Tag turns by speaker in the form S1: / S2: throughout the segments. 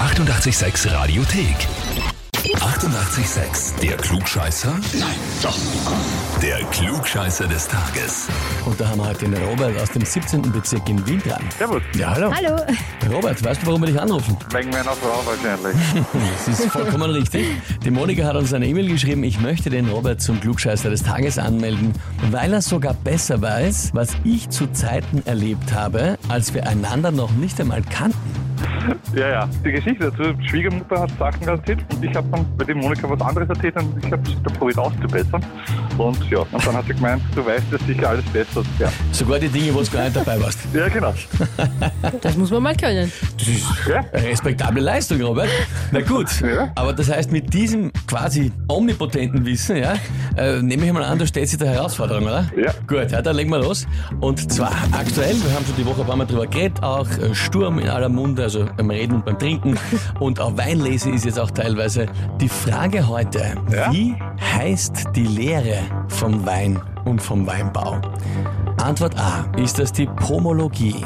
S1: 886 Radiothek. 88,6. Der Klugscheißer? Nein, doch. Der Klugscheißer des Tages.
S2: Und da haben wir halt den Robert aus dem 17. Bezirk in Wien dran.
S3: Servus,
S2: Ja, hallo.
S4: Hallo.
S2: Robert, weißt du, warum wir dich anrufen?
S3: wegen meiner Frau wahrscheinlich.
S2: Das ist vollkommen richtig. Die Monika hat uns eine E-Mail geschrieben, ich möchte den Robert zum Klugscheißer des Tages anmelden, weil er sogar besser weiß, was ich zu Zeiten erlebt habe, als wir einander noch nicht einmal kannten.
S3: Ja, ja. Die Geschichte dazu, die Schwiegermutter hat Sachen erzählt und ich habe dann bei dem Monika was anderes erzählt und ich habe dann probiert auszubessern. Und ja, und dann hat sie gemeint, du weißt es sicher alles besser. Ja,
S2: Sogar die Dinge, wo du gar nicht dabei warst.
S3: ja genau.
S4: Das muss man mal können.
S2: Das ist
S3: Ja.
S2: eine respektable Leistung, Robert. Na gut,
S3: Ja.
S2: aber das heißt, mit diesem quasi omnipotenten Wissen, ja, äh, nehme ich mal an, du stellst dich der Herausforderung, oder?
S3: Ja.
S2: Gut, ja, dann legen wir los. Und zwar aktuell, wir haben schon die Woche ein paar Mal drüber geredet, auch äh, Sturm in aller Munde, also beim Reden und beim Trinken. Und auch Weinlese ist jetzt auch teilweise. Die Frage heute,
S3: Ja.
S2: wie heißt die Lehre vom Wein und vom Weinbau? Antwort A, ist das die Pomologie?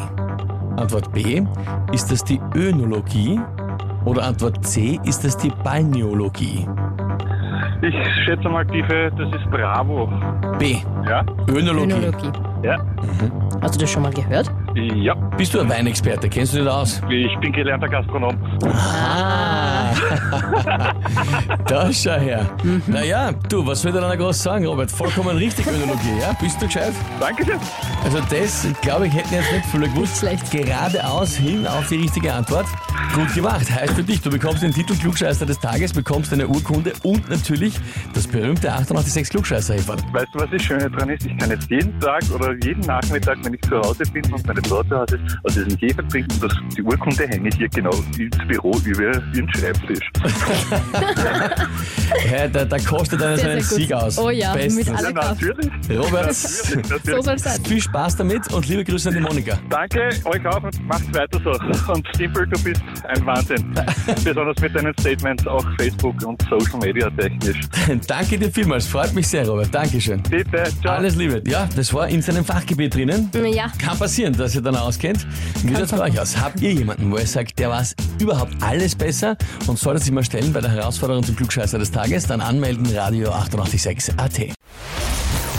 S2: Antwort B, ist das die Önologie? Oder Antwort C, ist das die Balneologie?
S3: Ich schätze mal tiefe, das ist Bravo.
S2: B,
S3: Ja?
S2: Önologie.
S4: Phänologie.
S3: Ja.
S4: Hast du das schon mal gehört?
S3: Ja.
S2: Bist du ein Weinexperte? Kennst du dich da aus?
S3: Ich bin gelernter Gastronom.
S2: Ah. da schau her.
S4: Mhm.
S2: Naja, du, was will der dann groß sagen, Robert? Vollkommen richtig, Önologie, ja? Bist du gescheit?
S3: Dankeschön.
S2: Also das, glaube ich, hätten jetzt nicht viele gewusst.
S4: Nicht schlecht.
S2: Geradeaus hin auf die richtige Antwort. Gut gemacht. Heißt für dich, du bekommst den Titel Klugscheißer des Tages, bekommst eine Urkunde und natürlich das berühmte 886 klugscheißer -Häferl.
S3: Weißt du, was das Schöne dran ist? Ich kann jetzt jeden Tag oder jeden Nachmittag, wenn ich zu Hause bin und meine Frau zu Hause ist, aus diesem Käfer trinken und das- die Urkunde hänge ich hier genau ins Büro über den Schreibtisch.
S2: Ja, da, da kostet einer
S4: Sehr,
S2: seinen
S4: sehr gut.
S2: Sieg aus.
S4: Oh ja, mit
S2: Bestens.
S4: allem.
S3: Ja, natürlich.
S2: Robert,
S3: Natürlich,
S4: So
S3: natürlich.
S4: soll es sein.
S2: viel Spaß damit und liebe Grüße an die Monika.
S3: Danke euch auch und macht weiter so. Und Simple, du bist ein Wahnsinn. Besonders mit deinen Statements auch Facebook und Social Media technisch.
S2: Danke dir vielmals. Freut mich sehr, Robert. Dankeschön.
S3: Bitte, ciao.
S2: Alles Liebe. Ja, das war in seinem Fachgebiet drinnen.
S4: Ja.
S2: Kann passieren, dass ihr dann auskennt. Wie schaut's bei euch aus? Habt ihr jemanden, wo ihr sagt, der weiß überhaupt alles besser und sollte sich mal stellen bei der Herausforderung zum Klugscheißer des Tages? Dann anmelden, Radio 886 AT.